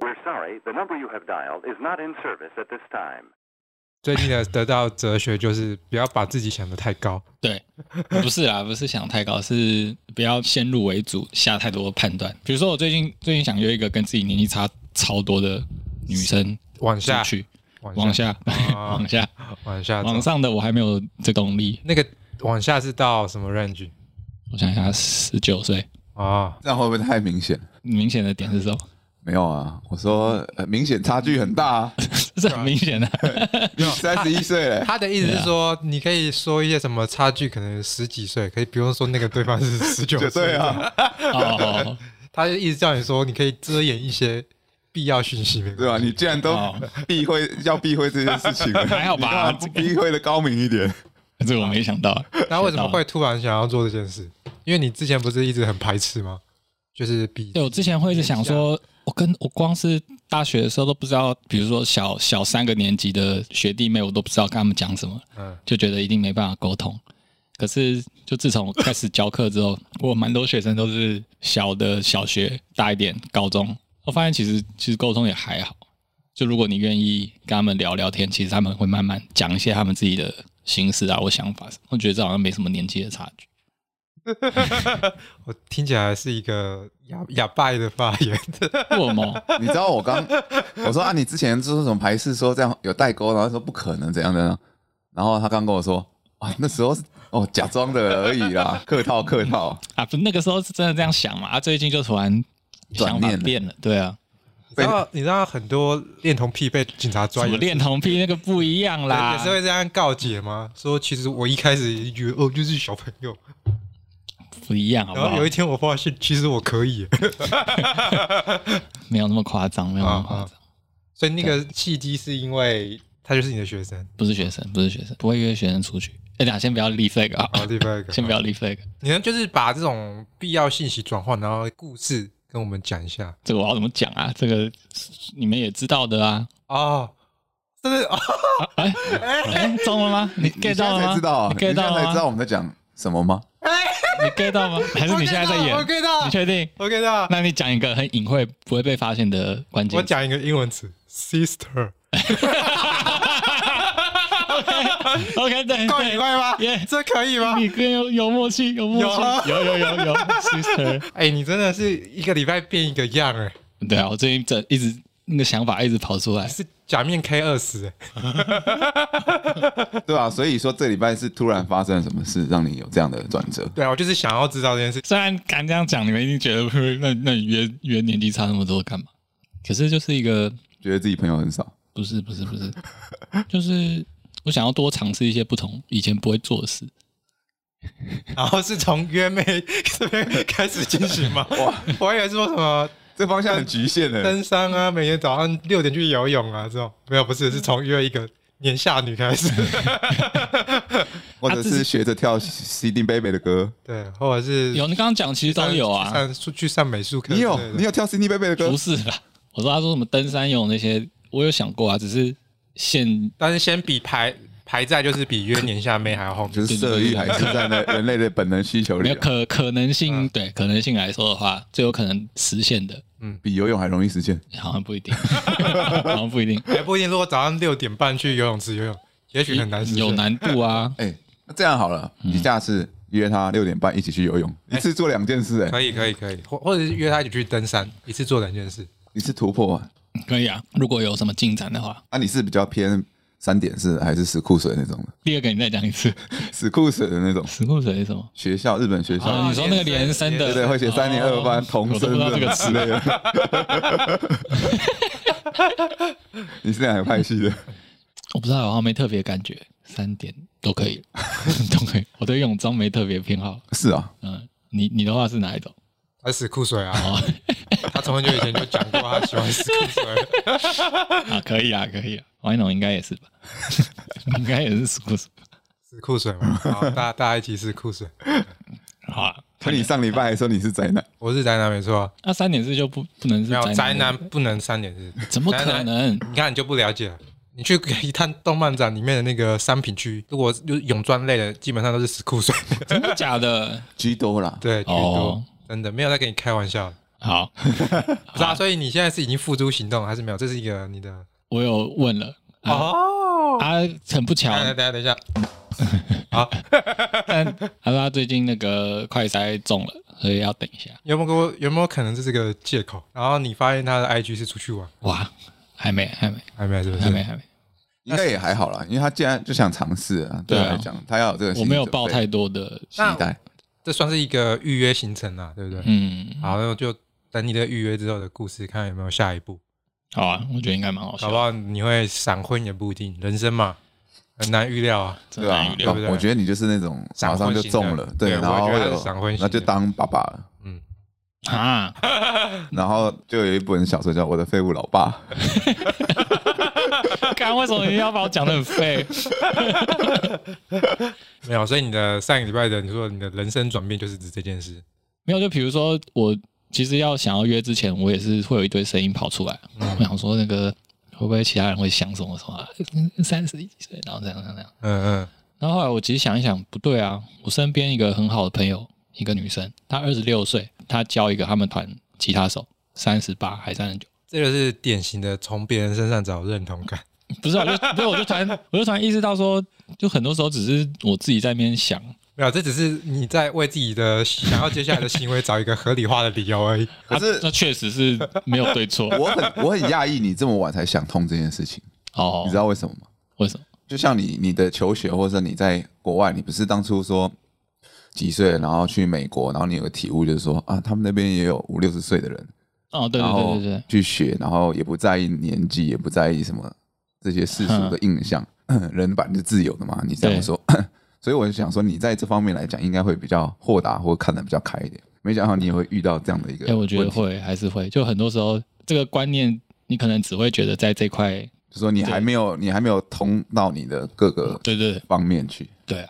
We're sorry, the number you have dialed is not in service at this time. 最近的得到哲学就是不要把自己想的太高。对， 不是啦，不是想太高，是不要先入为主，下太多判断。比如说，我最近最近想约一个跟自己年纪差超多的女生往出下，去，往往下，下，啊 往下，往下走，往上的我还没有这动力。那个往下是到什么 range 我想一下，十九岁，啊？这样会不会太明显？明显的点是什么？ 没有啊，我说、呃、明显差距很大、啊，这很 明显的，你三十一岁嘞，他的意思是说，哎你可以说一些什么差距，可能十几岁，可以不用说那个对方是十九 就岁对。啊，哦，他就一直叫你说，你可以遮掩一些必要讯息，没关系对吧、你既然都哦避讳要避讳这件事情了， 还好吧你干嘛不避讳的高明一点，哦这个我没想到。那为什么会突然想要做这件事？因为你之前不是一直很排斥吗？就是比对，我之前会一直想说，我跟我光是大学的时候都不知道，比如说小小三个年级的学弟妹，我都不知道跟他们讲什么，嗯就觉得一定没办法沟通。可是，就自从我开始教课之后，我蛮多学生都是小的小学大一点，高中，我发现其实其实沟通也还好。就如果你愿意跟他们聊聊天，其实他们会慢慢讲一些他们自己的心思啊或想法什么。我觉得这好像没什么年纪的差距。 我听起来是一个哑哑巴的发 言，为什么？你知道我刚我说啊，你之前就是什么排斥说这样有代沟，然后说不可能怎样怎样，然后他刚跟我说啊，那时候是哦假装的而已 啦，客套客套，啊，不，那个时候是真的这样想嘛，啊，最近就突然转想法念了变了，对啊，你知道你知道很多恋童癖被警察抓啊什么也恋童癖那个不一样啦，也是会这样告解吗？说其实我一开始也觉得哦就是小朋友，不一样，好不然后好有一？天我发现其实我可以， 没有那么夸张，没有那啊么夸张，所以那个契机是因为他就是你的学 生。不是学生，不是学生，不会约学生出去。哎，等一下先不要立 flag 啊，好，第八个， 先不要立 flag，你呢就是把这种必要信息转换，然后故事跟我们讲一下这个我要怎么讲啊？这个你们也知道的啊。哦，真的哦， 哎哎，中了吗？你你 get 现到在了才吗？知道，你你现 get 在到才了知道吗？我们在讲什么吗？你 get 到吗？还是你现在在我演？看到，你确定？我看到，那你讲一个很隐晦、不会被发现的关键我词讲一个英文词，sister， OK，对，够愉对快吗 Yeah？这可以 吗？你更有有默契，有默有啊契，有有有有，sister。哎，你真的是一个礼拜变一个样哎，对啊，我最近这一直那个想法一直跑出来，是假面 K 二十，哎对吧、所以说这礼拜是突然发生了什么事，让你有这样的转折？对啊，我就是想要知道这件事。虽然敢这样讲，你们一定觉得那那你约约年纪差那么多干嘛？可是就是一个觉得自己朋友很少，不是不是不是，就是我想要多尝试一些不同以前不会做的事。然后是从约妹这边开始进行 吗？哇，我以为是说什么这方向很局限的。登山啊，每天早上六点去游泳啊，这种没有，不是，是从约一个年下女开始，嗯或者是学着跳 C D Baby 的歌。 对，或者是有你刚刚讲，其实都有啊，上去上美术课 你之类的，有你有跳 C D Baby 的歌不？是啦。我说他说什么登山游泳那些，我有想过啊，只是现但是先比排排在就是比约年下妹还要后 面。就是色欲还是在 那人类的本能需求没里有啊，可可能性，嗯对可能性来说的话，最有可能实现的比游泳还容易实现。。好像不一定， 好像不一定。还不一定，如果早上六点半去游泳池游泳，也许很难实现。有难度啊 哎，那这样好了，嗯你下次约他六点半一起去游泳，一次做两件事，哎，可以可以可以，或或者是约他一起去登山，一次做两件事。一次突破啊。可以啊，如果有什么进展的话，啊，你是比较偏三点式的还是死库水那种的？第二个你再讲一次。死库水的那种死库水是什么？学校，日本学校啊，，你说那个连升的，对对，会写三年二班哦同我都不生知道这个的词之。类的。 你是哪个派系的？我不知道，我好像没特别感觉。三点都可以， 都可以。我对泳装没特别偏好。是啊，嗯，你你的话是哪一种？ 他死酷水啊！哦他从很久以前就讲过他喜欢死酷水，啊，可以啊，可以啊。王一农应该也是吧？ 应该也是死库水。死酷水嘛。好，大家大家一起死酷水。好啊，可你上礼拜还说你是宅男，我是宅男没错，那三点是就不不能是没有宅宅男男？不能三点四，怎么可能？你看你就不了解了。你去一探动漫展里面的那个商品区，如果就是泳装类的，基本上都是死酷水， 真的假的？居多啦。对，居多，哦啊真的没有在跟你开玩笑的。好，不是啊，所以你现在是已经付诸行动还是没有？这是一个你的我有问了啊，哦。啊，很不巧等，一下，等一下，等一下，好，但他说啊他最近那个快筛中了，所以要等一下。有没有给我有没有可能这是个借口？然后你发现他的 IG 是出去玩，哇，还没，还没，还没，是不是？还没，还没，应该也还好啦，因为他既然就想尝试啊，对对啊他来讲，他要有这个心我理没有准备抱太多的，期待。这算是一个预约行程啊，对不对？嗯，好，那我就等你的预约之后的故事，看有没有下一步。好啊，我觉得应该蛮好笑搞不的，好你会闪婚也不一定，人生嘛很难预料啊。真对的吧蛮有？对料不对我觉得你就是那种马上就中了，对，对然后我也觉得他是有闪婚型的那就当爸爸了。啊，然后就有一本小说叫《我的废物老 啊爸刚为什么你要把我讲的很废？ 没有，所以你的上个礼拜的你说你的人生转变就是指这件事。没有，就比如说我其实要想要约之前，我也是会有一堆声音跑出来，我想说那个会不会其他人会想什么什么啊，三十几岁，然后这样这样这样。嗯嗯，然后后来我其实想一想，不对啊，我身边一个很好的朋友，一个女生，她二十六岁，她教一个他们团吉他手，三十八还三十九。这个是典型的从别人身上找认同感。不是、啊，我就不是， 我就突然，我就突然意识到说，就很多时候只是我自己在那边想，没有，这只是你在为自己的想要接下来的行为找一个合理化的理由而已。》，可是那确实是没有对错我很我很讶异你这么晚才想通这件事情，哦你。知道为什么吗？为什么？就像你你的求学，或者你在国外，你不是当初说几岁，然后去美国，然后你有个体悟，就是说啊，他们那边也有五六十岁的人，哦，对对然对后对对，去学，然后也不在意年纪，也不在意什么这些世俗的印象，嗯人本来就自由的嘛，你这样对说， 所以我就想说，你在这方面来讲，应该会比较豁达，或看得比较开一点。没想到你也会遇到这样的一个哎、问题，我觉得会还是会，就很多时候这个观念，你可能只会觉得在这块，就说你还没有，你还没有通到你的各个对对对方面去对啊，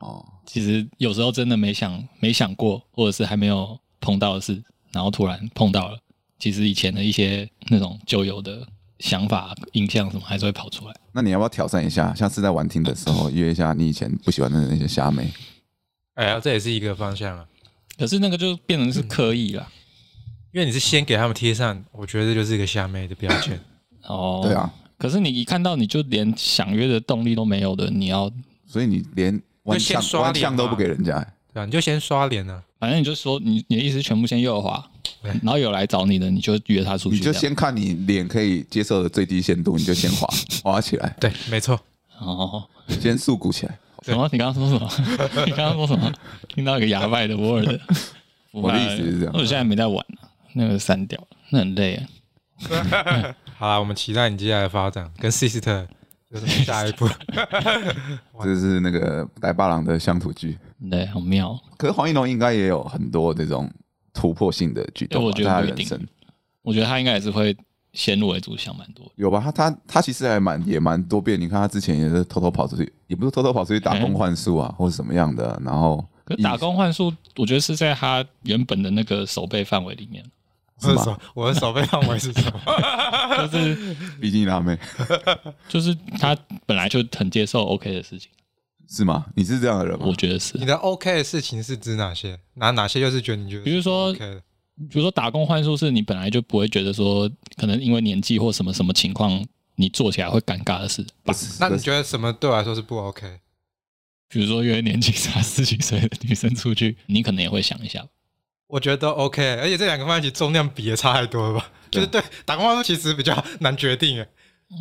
哦。其实有时候真的没想没想过，或者是还没有碰到的事，然后突然碰到了，其实以前的一些那种旧有的想法、印象什么，还是会跑出来。那你要不要挑战一下？下次在玩听的时候约一下你以前不喜欢的那些虾妹，哎呀，这也是一个方向啊，可是那个就变成是刻意啦。因为你是先给他们贴上，我觉得这就是一个虾妹的标签。哦，对啊，可是你一看到你就连想约的动力都没有的，你要所以你连弯就先枪刷弯脸枪都嘛不给人家、欸对啊，你就先刷脸啊。反正你就说你你的意思是全部先右滑，然后有来找你的你就约他出去你这样，就先看你脸可以接受的最低限度，你就先 滑滑起来，对，没错。哦先束骨起来。什么？你刚刚说什 么？你刚刚说什么？听到一个哑巴的 word，我的意思是这样我现在没在玩啊，那个删掉，那很累啊。好啦，我们期待你接下来的发展跟 Sister 有什么下一步。这是那个白八郎的乡土剧，对，好妙。可是黄一龙应该也有很多这种突破性的举动我吧，觉在他得的不一人定生。我觉得他应该也是会先入为主想蛮多。有吧？他他他其实还蛮也蛮多变。你看他之前也是偷偷跑出去，也不是偷偷跑出去打工换宿嗯啊，或者什么样的。然后可是打工换宿，我觉得是在他原本的那个手背范围里面， 我的手，我的手被范围是什么？ 就是比基尼辣妹就是他本来就很接受 OK 的事情，是吗？你是这样的人吗我？觉得是 嗯你。的 OK 的事情是指哪些？哪哪些又是觉得你觉得？比如说 OK 的，比如说打工换宿，是你本来就不会觉得说，可能因为年纪或什么什么情况，你做起来会尴尬的事。不是那你觉得什么对我来说是不 OK？比如说约年纪差十几岁的女生出去，你可能也会想一下吧。我觉得都 OK，而且这两个放在一起重量比也差太多了吧？就是对打工换宿其实比较难决定，哎，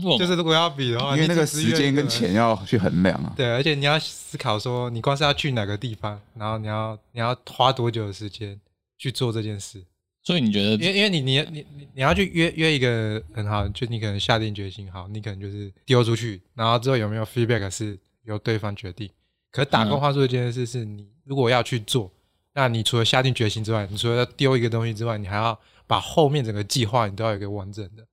我就是如果要比的话，因为那个你只是时间约一跟个人钱要去衡量啊。对，而且你要思考说，你光是要去哪个地方，然后你要你要花多久的时间去做这件事？所以你觉因得为因为你你你你你要去约约一个很好，就你可能下定决心好，你可能就是丢出去，然后之后有没有 feedback 是由对方决定。可打嗯工话术这件事是你如果要去做，那你除了下定决心之外，你除了要丢一个东西之外，你还要把后面整个计划你都要有一个完整的。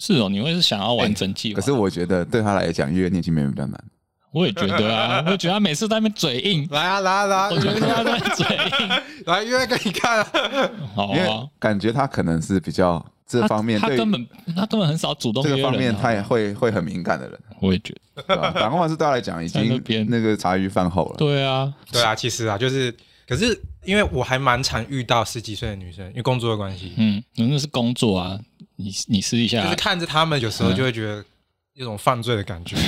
是哦？你会是想要完整计划？哎可是我觉得对他来讲，约年轻妹妹比较难。我也觉得啊，我觉得他每次在那边 嘴硬，来啊来啊来啊我觉得他在那边嘴来约给你看、啊。硬，好因为啊。感觉他可能是比较这他方面他对根本他根本很少主动这约个人、啊。方面他也会会很敏感的人，我也觉得，对吧？ 打工换宿对他来讲已在那经边那个茶余饭后了。对啊，对啊，其实啊，就是可是因为我还蛮常遇到十几岁的女生，因为工作的关系，嗯，那是工作啊，你你私底就下嗯是看着他们有时候就会觉得一种犯罪的感 觉。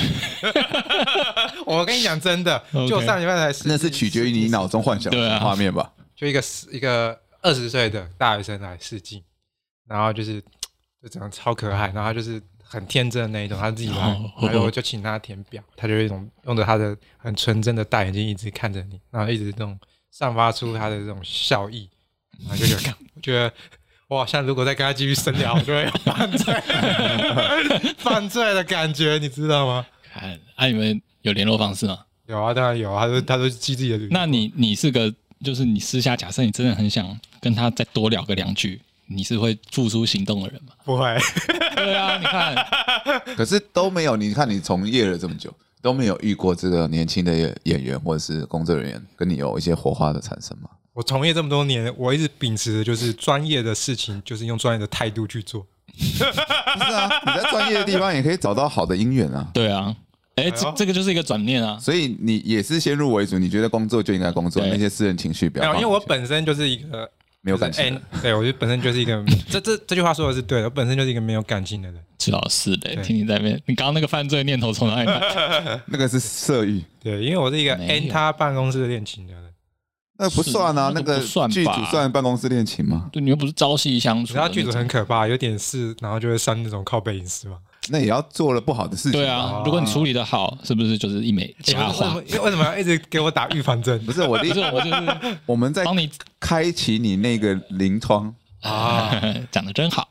我跟你讲，真的， OK 就我上礼拜才实那是取决于你脑中幻想对啊的画面吧？就一个十一个二十岁的大学生来试镜，然后就是就长得超可爱，然后他就是很天真的那一种，他自己来，哦然后我就请他填表，他就有一种用着他的很纯真的大眼睛一直看着你，然后一直这种散发出他的这种笑意，然后就觉得 我觉得。我好像如果再跟他继续深聊，我就会有犯罪 犯罪的感觉，你知道吗？看啊，你们有联络方式吗？有啊，当然有啊，他都他都记自己的履历。那你你是个，就是你私下假设你真的很想跟他再多聊个两句，你是会付出行动的人吗？ 不会，对啊，你看，可是都没有，你看你从业了这么久，都没有遇过这个年轻的演员或者是工作人员跟你有一些火花的 产生吗？我从业这么多年，我一直秉持的就是专业的事情，就是用专业的态度去做。不是啊，你在专业的地方也可以找到好的姻缘啊。对啊，哎、哎这呦这个就是一个转念啊，所以你也是先入为主，你觉得工作就应该工作，对那些私人情绪不没要有，放进去。因为我本身就是一个没有感情就是的人。哎对我就本身就是一 个这这这句话说的是对的，我本身就是一个没有感情的人。最好是的。对听你在那边，你刚刚那个犯罪念头从哪里 来？那个是色欲，对，因为我是一个没有 N 他办公室恋情的人，那不算啊，是那那个个不算吧剧组算办公室恋情吗？对，你又不是朝夕相你处知道啊的那种，剧组很啊可怕，有点事然后就会删那种靠背隐私嘛。那也要做了不好的事情。对，啊啊，如果你处理的好，是不是就是一枚佳话？哎为什么为什么要一直给我打预防针 不是我的不意是，思，我就是我们在帮你 开启你那个灵窗，啊？讲的真好，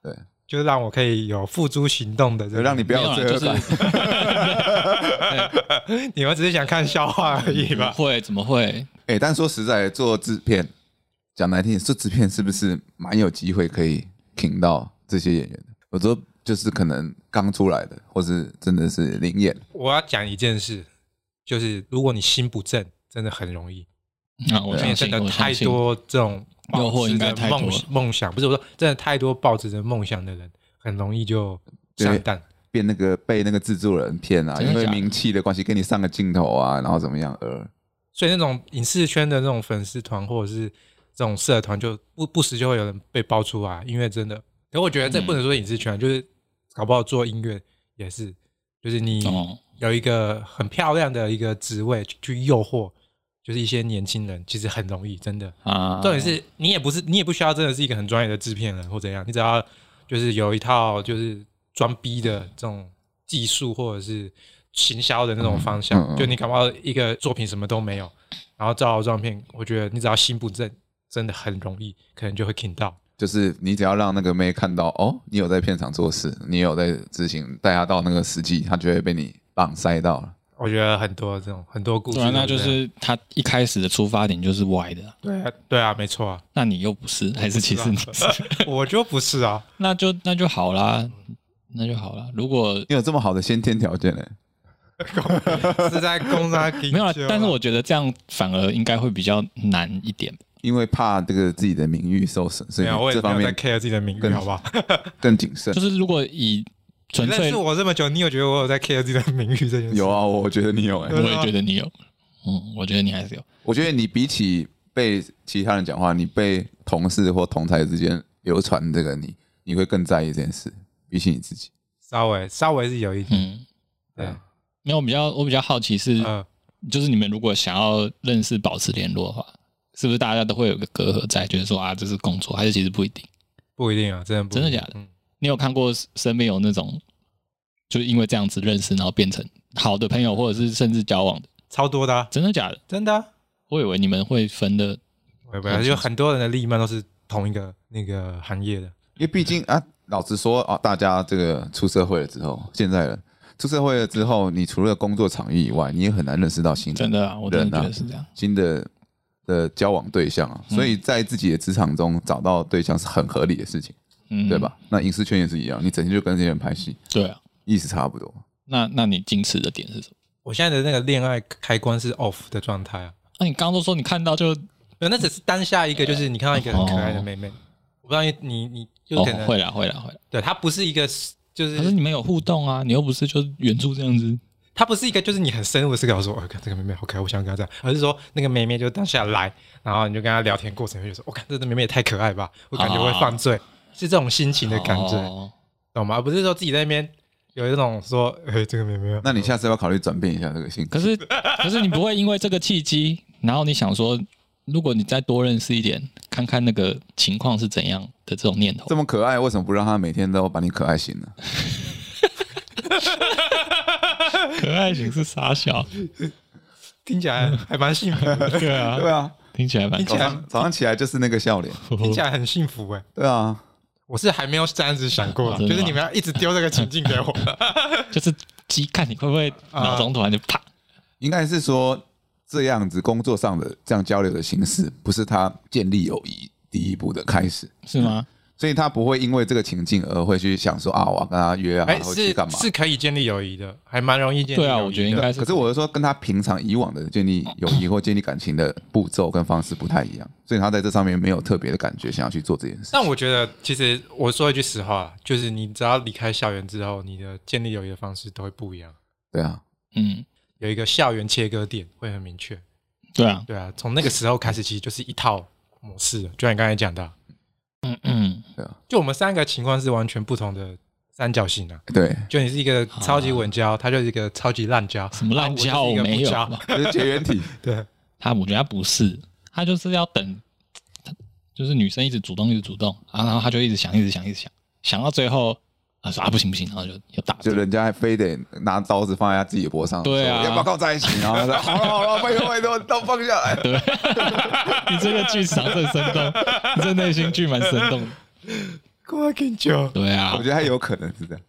对，就让我可以有付诸行动的这就种，让你不没要有啦，啊有罪就恶是感。 你们只是想看笑话而已吧 不？会，怎么会？哎、但说实在，做制片，讲难听，做制片是不是蛮有机会可以请到这些演员的？我说就是可能刚出来的，或是真的是零演，我要讲一件事，就是如果你心不正，真的很容易。啊，我因相为真信，的我太相信。多这种诱惑抱持应该着太多梦了梦想，不是我说真的太多抱持着梦想的人，很容易就对上当。变那个被那个制作人骗啊，真的因为假的名气的关系，给你上个镜头啊，然后怎么样？呃，所以那种影视圈的那种粉丝团或者是这种社团，就不不时就会有人被爆出来，因为真的。可我觉嗯得这不能说影视圈，就是搞不好做音乐也是，就是你哦有一个很漂亮的一个职位去去诱惑，就是一些年轻人，其实很容易，真的。啊，重点是你也不是你也不需要真的是一个很专业的制片人或怎样，你只要就是有一套就是装逼的这种技术或者是行销的那种方向，嗯嗯嗯就你搞不好一个作品什么都没有，然后照照片，我觉得你只要心不正，真的很容易可能就会听到。就是你只要让那个妹看到，哦，你有在片场做事，你有在执行，带她到那个实际，她就会被你绑塞到了。我觉得很多这种很多故事对都啊，这样，那就是他一开始的出发点就是歪的啊，对啊对啊，没错啊，那你又不是，还是其实你是，我就不是啊， 那就那就好啦，那就好啦。如果你有这么好的先天条件呢、是在公 司给没有啦啊就，啊但是我觉得这样反而应该会比较难一点。因为怕这个自己的名誉受损，所没以有，我也这方没有在面 care 自己的名誉，更好不好？更谨慎就。是如果以纯你认粹识，我这么久，你有觉得我有在 care 自己的名誉这件事？有啊，我觉得你有哎、我也觉得你有，嗯，我觉得你还是有。我觉得你比起被其他人讲话，你被同事或同台之间流传这个你，你会更在意这件事，比起你自己。稍微稍微是有一点，嗯，对，没有，我比较我比较好奇是，呃，就是你们如果想要认识、保持联络的话，是不是大家都会有个隔阂在，就是说啊，这是工作，还是其实不一定？不一定啊，真的不一定真的假的嗯，你有看过身边有那种，就是因为这样子认识，然后变成好的朋友，或者是甚至交往的，超多的、啊，真的假的？真的、啊，我以为你们会分的，不不，就很多人的利益曼都是同一个那个行业的，因为毕竟啊，老实说啊，大家这个出社会了之后，现在人出社会了之后，你除了工作场域以外，你也很难认识到新的真的啊，我真人的觉啊得是这样。新的的交往对象嗯啊，所以在自己的职场中找到对象是很合理的事情，嗯，对？吧？那影视圈也是一样，你整天就跟这些人拍戏，对啊，意思差不多。那那你矜持的点是什么？我现在的那个恋爱开关是 off 的状态啊，那、你刚刚都说你看到就没有那只是当下一个，就是你看到一个很可爱的妹妹，我不知道你你你就哦可能、，会啦会啦会啦。对她不是一个，就是可是你们有互动啊，你又不是就原著这样子，他不是一个就是你很深入的思考说，哦，看这个妹妹好可爱，我想跟她这样，而是说那个妹妹就当下来，然后你就跟她聊天过程，就说，我、哦、看这个妹妹也太可爱吧，我感觉我会犯罪，是这种心情的感觉，哦懂吗？而不是说自己在那边有一种说，哎、这个妹妹，那你下次要不要考虑转变一下这个性格可。是可是你不会因为这个契机，然后你想说，如果你再多认识一点，看看那个情况是怎样的这种念头这，么可爱，为什么不让他每天都把你可爱醒呢？可爱型是傻小，听起来还蛮幸福 的，对啊，对啊，听起来蛮听起早来上早上起来就是那个笑脸。听起来很幸福哎、对啊，我是还没有这样子想过，啊真 就的吗是你们要一直丢这个情境给 我，就是鸡看你会不会脑中突然就啪，应该是说这样子工作上的这样交流的形式，不是他建立友谊第一步的开始，是吗？所以他不会因为这个情境而会去想说啊，我要跟他约啊，哎、或去是干嘛？是可以建立友谊的，还蛮容易建立对啊，友谊我觉得的应该是。可是我是说，跟他平常以往的建立友谊或建立感情的步骤跟方式不太一样，所以他在这上面没有特别的感觉想要去做这件事。但我觉得，其实我说一句实话，就是你只要离开校园之后，你的建立友谊的方式都会不一样。对啊，嗯，有一个校园切割点会很明确，对啊，对啊，从那个时候开始，其实就是一套模式了。就像你刚才讲的，啊嗯嗯，就我们三个情况是完全不同的三角形啊。对，就你是一个超级稳交，他就是一个超级烂交，啊什么烂交啊我我就是一没个不有交。就是绝缘体。对，他我觉得他不是，他就是要等，就是女生一直主动，一直主动啊，然后他就一直想，一直想，一直想，想到最后啊说啊不行不行，然后就就打就住。人家还非得拿刀子放在他自己的脖上，对啊说要不要跟我在一起？然后他说好了好了，拜托拜托，刀放下来。对，你这个剧场很生动，你这内心剧蛮生动的。过更久对啊我，觉得他有可能是这样，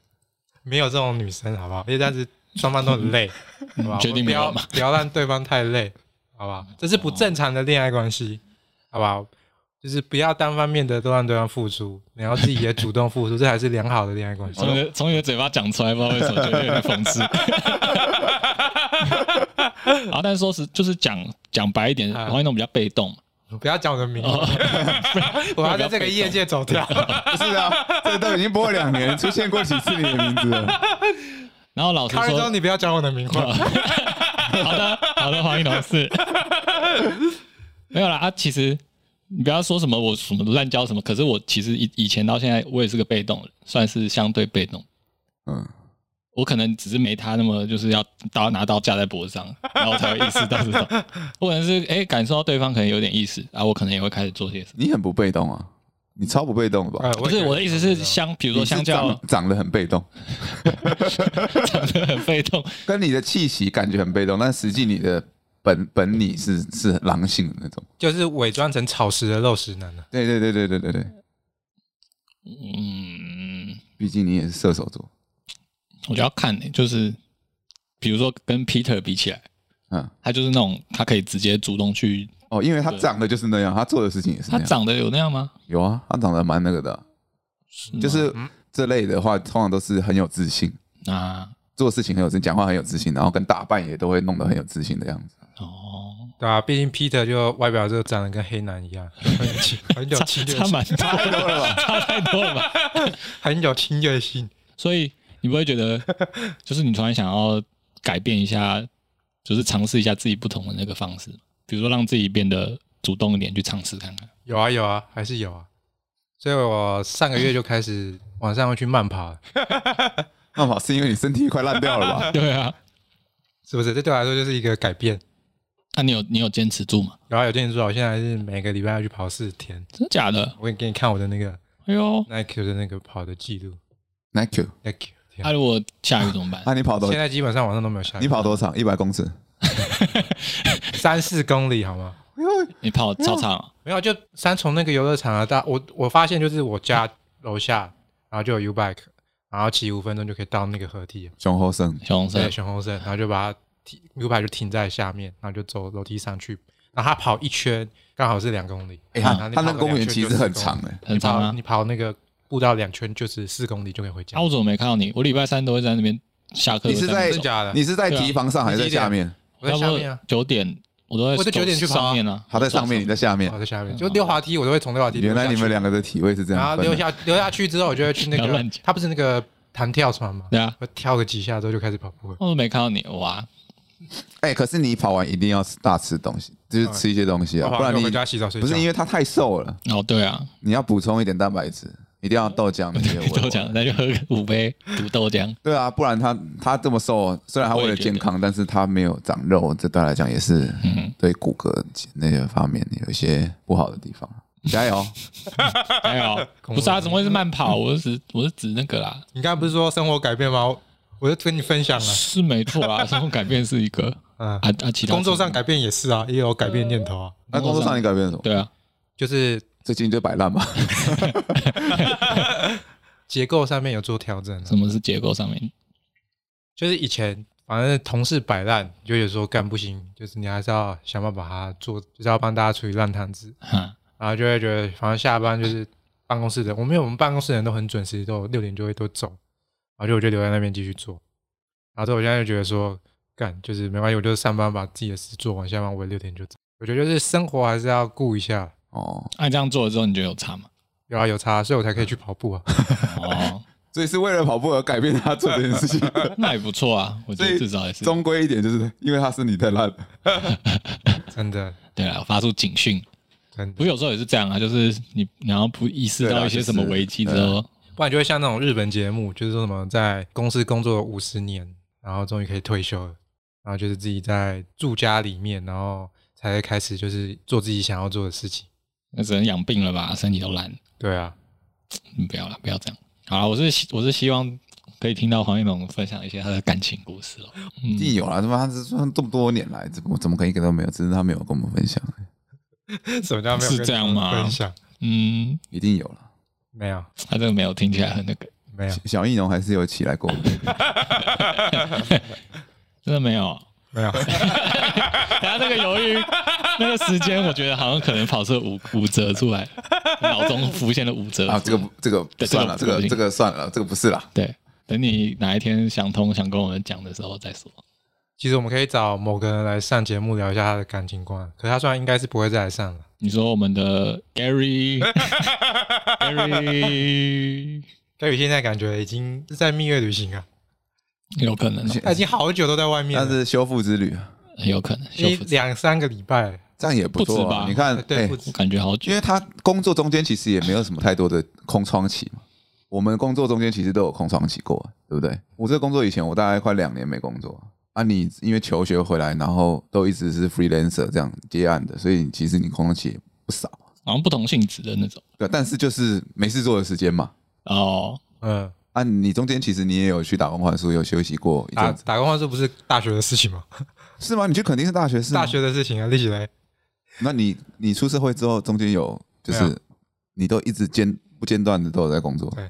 没有这种女生，好不好？因为这样子双方都很 累，好吧？确我定们不没有要吗不要让对方太累，好吧？这是不正常的恋爱关系，好吧？就是不要单方面的都让对方付出，你要自己也主动付 出，这才是良好的恋爱关系。从你的从你的嘴巴讲出来，不知道为什么觉得有点讽刺。 然后，但是说是就是讲讲白一点，啊黄一农比较被动嘛，不要讲我的名字，哦 我要在这个业界走掉。 不是啊？这都已经播了两年，出现过几次你的名字了？然后老实康瑞说忠，，你不要讲我的名字。哦好的，好的，黄一农是，没有啦啊，其实你不要说什么我什么滥交什么，可是我其实以以前到现在，我也是个被动人，算是相对被动。嗯，我可能只是没他那么就是要刀拿刀架在脖子上，然后才会意识到这种。我可能是哎、感受到对方可能有点意思，然、后我可能也会开始做些什么。你很不被动啊，你超不被动的吧？呃不是我的意思是，相比如说你是相较长长得很被动，长得很被动，跟你的气息感觉很被动，但实际你的本本你是是狼性的那种。就是伪装成草食的肉食男啊了。对对对对对对对，嗯，毕竟你也是射手座，我就要看、欸，就是比如说跟 Peter 比起来，嗯，他就是那种他可以直接主动去，哦，因为他长得就是那样，他做的事情也是那他样。长得有那样吗？有啊，他长得蛮那个的，吗就是这类的话，通常都是很有自信，啊，做事情很有自信，讲话很有自信，然后跟打扮也都会弄得很有自信的样子。哦，对啊，毕竟 Peter 就外表就长得跟黑男一样，很有侵很有差侵略差性，蛮多了吧，差太多了吧？很有侵略性。所以你不会觉得，就是你突然想要改变一下，就是尝试一下自己不同的那个方式，比如说让自己变得主动一点，去尝试看看。有啊有啊，还是有啊。所以我上个月就开始晚上会去慢跑了，那好，是因为你身体快烂掉了吧？对啊，是不是？这对我来说就是一个改变。那、你有你有坚持住吗？然后有建议说，啊我现在是每个礼拜要去跑四天。真的假的？我给你看我的那个哎呦， Nike 的那个跑的记录。 Nike， Nike，天那、啊如果下雨怎么办？啊那、你跑多现？在基本上晚上都没有下雨你，跑多长？一百公尺？三四公里好吗？哎呦 你跑操场啊、没有，就三重那个游乐场啊。大我我发现就是我家楼下，然后就有 U bike，然后骑五分钟就可以到那个河堤了，熊后生，小红色对，，熊红色，然后就把它停 U bike 就停在下面，然后就走楼梯上去。然后他跑一圈刚好是两公里，哎、然他后你他跑那个个公两圈园其就实四很公长里哎、很长你啊跑。你跑那个步道两圈就是四公里就可以回家啊，。我怎么没看到你？我礼拜三都会在那边下课。你是在真假的？你是在对啊提防上还是在下面？我在差下不面多啊，九点，我都在我在九点去跑啊上面啊。他在上面，你在下面我。在下面，就溜滑梯，我都会从溜滑梯溜原啊下去。来你们两个的体位是这然样后分溜的。下溜下去之后，我就会去那不要个乱讲，它不是那个弹跳床嘛，对啊，我跳个几下之后就开始跑步了。我都没看到你哇，哎、可是你跑完一定要大吃东西，就是吃一些东西啊，跑完不然就哦你回家洗澡睡觉不是因为他太瘦了，哦对啊，你要补充一点蛋白质，一定要豆浆那 些味道。豆浆那就喝个五杯毒豆 浆，对啊，不然他他这么瘦，虽然他为了健康，但是他没有长肉，这对他来讲也是嗯对骨骼那些方面有一些不好的地方。加油！还有不是啊，怎么会是慢跑？我是指我是指那个啦，你刚才不是说生活改变吗？我我就跟你分享了，啊是没 错啦，生活改变是一个嗯啊啊，其他工作上改变也是啊，也有改变念头啊，那工作上你改变了什么？对啊，就是最近就摆烂 吧。结构上面有做调整、啊。什么是结构上面？就是以前反正同事摆烂，就有时候干不行，就是你还是要想办法把它做，就是要帮大家处理烂摊子，哈，然后就会觉得反正下班就是办公室的，我们因为我们办公室的人都很准时，都六点就会都走，然后就我就留在那边继续做，然后之后我现在就觉得说干就是没关系，我就是上班把自己的事做完，下班我六点就走。我觉得就是生活还是要顾一下，哦，按啊这样做了之后，你觉得有差吗？有啊有差，所以我才可以去跑步啊。 哦， 所以是为了跑步而改变他做这件事情。那也不错啊，我觉所得以至少也是终归一点，就是因为他身体太烂了。真的对啊，发出警讯。真不的，是有时候也是这样啊，就是你然后不意识对到啦一些就什么是危机之后，不然就会像那种日本节目，就是说什么在公司工作五十年，然后终于可以退休了，然后就是自己在住家里面，然后才开始就是做自己想要做的事情。那只能养病了吧，身体都烂。对啊，嗯不要了，不要这样。好了，我是希我是希望可以听到黄一龙分享一些他的感情故事哦。一定有啦，他妈这这么多年来，怎么怎么可能一个都没有？只是他没有跟我们分享， 什么叫没有是跟这样你们吗分享嗯，一定有了。没有他这个没有听起来很那个，没有小易农还是有起来过，真的没有。啊没有， 他那个犹豫那个时间，我觉得好像可能跑出了五五折出来，脑中浮现了五折啊，这个不这个不对算了，这这个个不行这个算了，这个不是啦。对，等你哪一天想通想跟我们讲的时候再说。其实我们可以找某个人来上节目聊一下他的感情观，可是他虽然应该是不会再来上了。你说我们的 Gary Gary 盖宇现在感觉已经是在蜜月旅行啊，有可能哦、他已经好久都在外面了，但是修复之旅啊有可能修一复自己，两三个礼拜了，这样也不不止错吧啊。你看呃，对，哎不，止我感觉好久因为他工作中间其实也没有什么太多的空窗期嘛。我们工作中间其实都有空窗期过，对不对？我这个工作以前我大概快两年没工作啊，你因为求学回来，然后都一直是 freelancer 这样接案的，所以其实你空窗期也不少。好像不同性质的那种对，但是就是没事做的时间嘛。哦。嗯，啊，你中间其实你也有去打工换宿，有休息过一打阵子，打工换宿不是大学的事情吗？是吗？你去肯定是大学是吗大。学的事情啊，立起来。 那你你出社会之后，中间有就对是啊你都一直间不间断的都有在工作，对，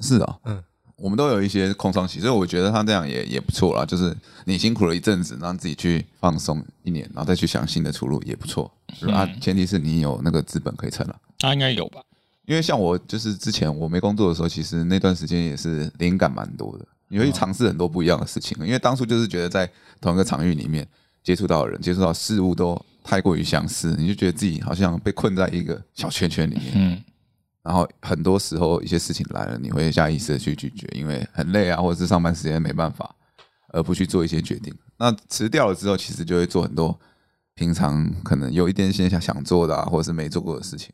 是啊、嗯，我们都有一些空窗期，所以我觉得他这样也也不错啦。就是你辛苦了一阵子，让自己去放松一年，然后再去想新的出路也不错。嗯啊，前提是你有那个资本可以撑啊了。他应该有吧？因为像我就是之前我没工作的时候，其实那段时间也是灵感蛮多的，你会去尝试很多不一样的事情。因为当初就是觉得在同一个场域里面接触到的人、接触到事物都太过于相似，你就觉得自己好像被困在一个小圈圈里面。嗯，然后很多时候一些事情来了，你会下意识的去拒绝，因为很累啊，或者是上班时间没办法，而不去做一些决定。那辞掉了之后，其实就会做很多平常可能有一点些想想做的啊，或者是没做过的事情。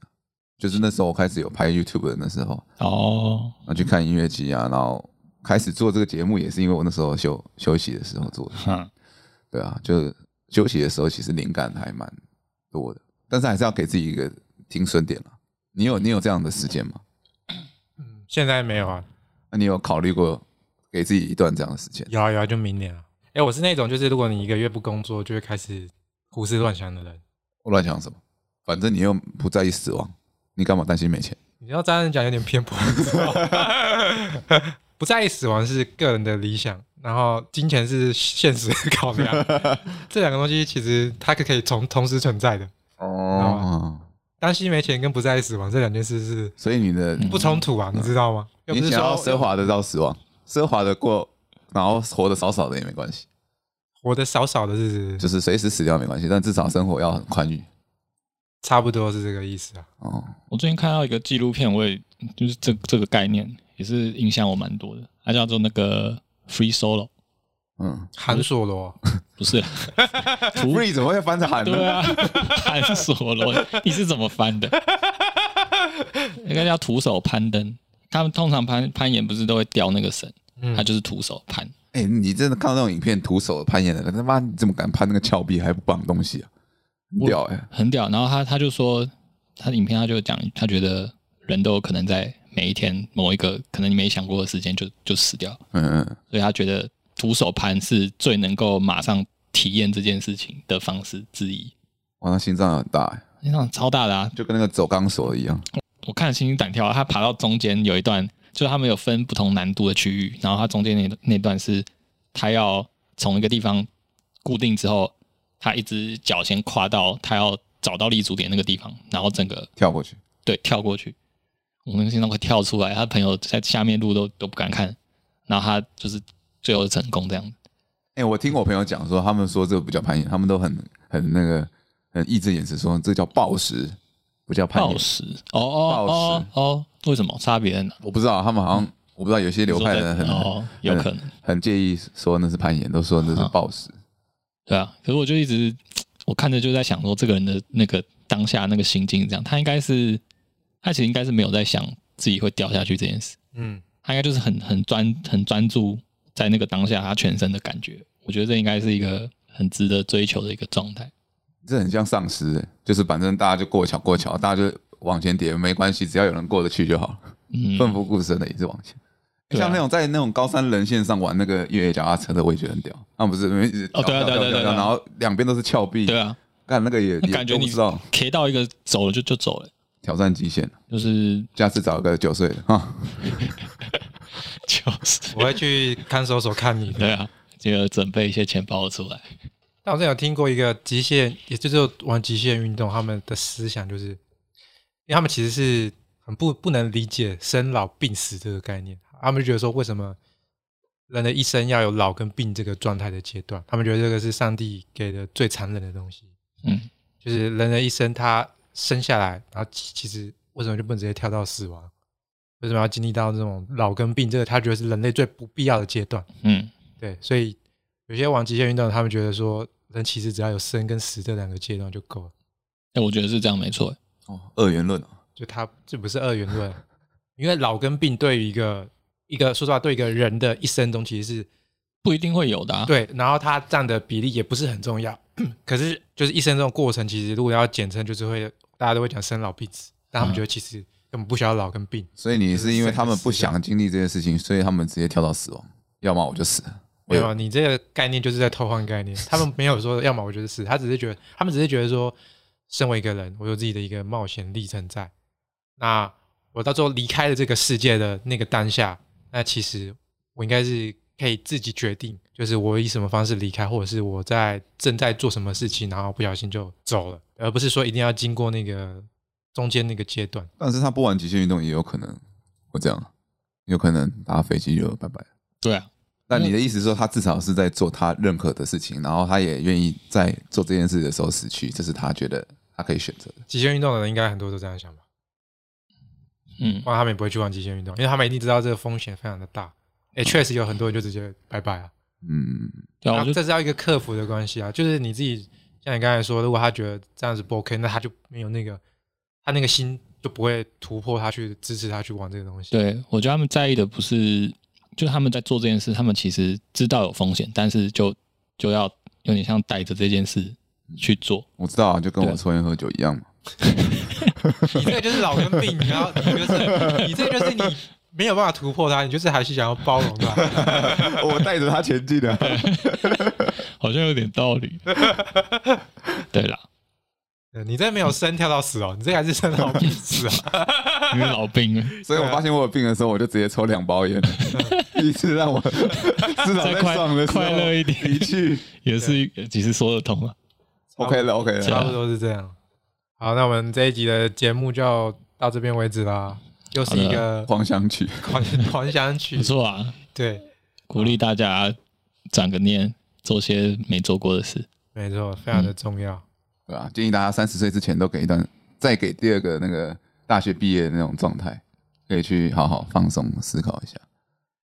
就是那时候我开始有拍 YouTube 的那时候，哦，然后去看音乐剧啊，然后开始做这个节目，也是因为我那时候休休息的时候做的。哼，对啊，就是休息的时候，其实灵感还蛮多的，但是还是要给自己一个停损点了。你有你有这样的时间吗？嗯现在没有啊，那你有考虑过给自己一段这样的时间？有啊有啊，就明年啊。哎、我是那种就是如果你一个月不工作，就会开始胡思乱想的人。我乱想什么？反正你又不在意死亡，你干嘛担心没钱？你要这样讲有点偏颇，你知道 吗不在意死亡是个人的理想，然后金钱是现实的考 量。这两个东西其实它可可以同同时存在的。哦，担心没钱跟不在意死亡这两件事是所以你的嗯不冲突啊，你知道吗？又嗯你不是想要奢说华的到死亡，奢华的过，然后活得少少的也没关系，活得少少的日子，就是随时死掉没关系，但至少生活要很宽裕。差不多是这个意思啊。哦，我最近看到一个纪录片，我也就是这这个概念也是影响我蛮多的。它叫做那个 Free Solo，嗯韩索罗，不是啦图，free 怎么会翻成韩对呢？ 啊，汉索罗，你是怎么翻的？那个叫徒手攀登，他们通常攀攀岩不是都会吊那个绳，他就是徒手攀。哎、你真的看到那种影片，徒手攀岩的，他妈你怎么敢攀那个峭壁还不绑东西啊？很屌哎、很屌。然后他他就说，他的影片他就讲，他觉得人都有可能在每一天某一个可能你没想过的时间就就死掉，嗯嗯，所以他觉得徒手攀是最能够马上体验这件事情的方式之一。哇，那心脏很大、欸，那种超大的啊！就跟那个走钢索一样。我看了心惊胆跳啊。他爬到中间有一段，就是他们有分不同难度的区域，然后他中间那那段是他要从一个地方固定之后，他一只脚先跨到他要找到立足点那个地方，然后整个跳过去，对，跳过去，我那个心脏快跳出来，他朋友在下面路都都不敢看，然后他就是最后成功这样子。哎、我听我朋友讲说，他们说这个不叫攀岩，他们都很很那个很义正言辞说这叫暴食，不叫攀暴岩。食，哦哦哦哦，为什么差别在哪？我不知道，他们好像我不知道有些流派的人嗯很你说在哦，有可能，嗯很介意说那是攀岩，都说那是暴食。对啊。可是我就一直我看着就在想说，这个人的那个当下那个心境，这样，他应该是他其实应该是没有在想自己会掉下去这件事，嗯，他应该就是很很专很专注在那个当下他全身的感觉。我觉得这应该是一个很值得追求的一个状态。这很像丧尸、欸，就是反正大家就过桥过桥，大家就往前叠，没关系，只要有人过得去就好了，嗯，奋不顾身的一直往前。欸对啊像那种在那种高山人线上玩那个越野脚踏车的，我也觉得很屌。那、不是，一直哦对啊跳对啊跳对啊跳对啊然后两边都是峭壁，对啊，干那个也那也感觉都不你知道 K 到一个走了就就走了，挑战极限。就是 下次找个九岁的哈，就是我会去看守所看你的。对啊，就准备一些钱包出来。但我之前有听过一个极限，也就是玩极限运动，他们的思想就是，因为他们其实是很不不能理解生老病死这个概念，他们就觉得说为什么人的一生要有老跟病这个状态的阶段，他们觉得这个是上帝给的最残忍的东西，嗯，就是人的一生他生下来，然后其其实为什么就不能直接跳到死亡？为什么要经历到这种老跟病？这个他觉得是人类最不必要的阶段。嗯，对，所以有些玩极限运动，他们觉得说，人其实只要有生跟死这两个阶段就够了，哎、我觉得是这样没错。哦，二元论哦，就他这不是二元论，因为老跟病对于一个一个说实话，对一个人的一生中其实是不一定会有的、啊，，对，然后它占的比例也不是很重要， 可是就是一生这种过程，其实如果要简称，就是会大家都会讲生老病死，但他们觉得其实根本不需要老跟病，所以你是因为他们不想经历这件事情，所以他们直接跳到死亡，要么我就死了。我没也有，啊你这个概念就是在偷换概念。他们没有说，要么我觉得是，他只是觉得，他们只是觉得说，身为一个人，我有自己的一个冒险历程在。那我到最后离开了这个世界的那个当下，那其实我应该是可以自己决定，就是我以什么方式离开，或者是我在正在做什么事情，然后不小心就走了，而不是说一定要经过那个中间那个阶段。但是他不玩极限运动也有可能会这样，有可能搭飞机就拜拜。对啊，但你的意思是说，他至少是在做他任何的事情，然后他也愿意在做这件事的时候死去，这是他觉得他可以选择的。极限运动的人应该很多都这样想吧？嗯，不然他们也不会去玩极限运动，因为他们一定知道这个风险非常的大。哎，确实有很多人就直接拜拜啊。嗯，对啊，那我就这是要一个克服的关系啊，就是你自己，像你刚才说，如果他觉得这样子不 OK，那他就没有那个，他那个心就不会突破他去支持他去玩这个东西。，对我觉得他们在意的不是，就他们在做这件事，他们其实知道有风险，但是就就要有点像带着这件事去嗯做。我知道啊，就跟我对抽烟喝酒一样嘛。你这个就是老跟病，然后你就是你这个就是你没有办法突破他，你就是还是想要包容 他。 我带着他前进啊的、好像有点道 理。对啦，对你这没有生跳到死哦，你这还是生老病死啊。因为 老兵了，所以我发现我有病的时候，我就直接抽两包烟，一次 让我至少在再快爽的时候快乐一点离去。也是其实说得通啊。 OK 了，OK 了差。不多是这样。好，那我们这一集的节目就到这边为止啦。又是一个 狂想曲， 狂狂想曲不，错啊，对，鼓励大家转个念，做些没做过的事。没错，非常的重要。对吧、建议大家三十岁之前都给一段，再给第二个那个大学毕业的那种状态，可以去好好放松思考一下。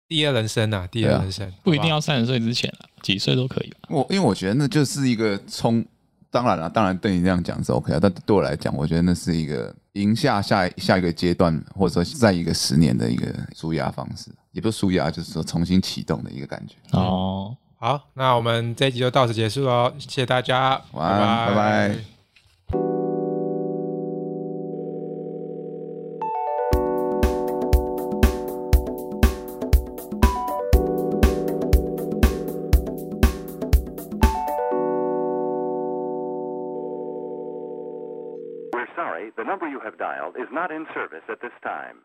第二人生呐、第二人生、啊不一定好要三十岁之前了，几岁都可以吧。我因为我觉得那就是一个冲，当然了、当然对你这样讲是 OK 啊，但对我来讲，我觉得那是一个赢下下下一个阶段，或者说在一个十年的一个舒压方式，也不是舒压，就是说重新启动的一个感觉。哦，不好。好，那我们这一集就到此结束哦，谢谢大家，晚安，拜拜 We're sorry, the number you have dialed is not in service at this time.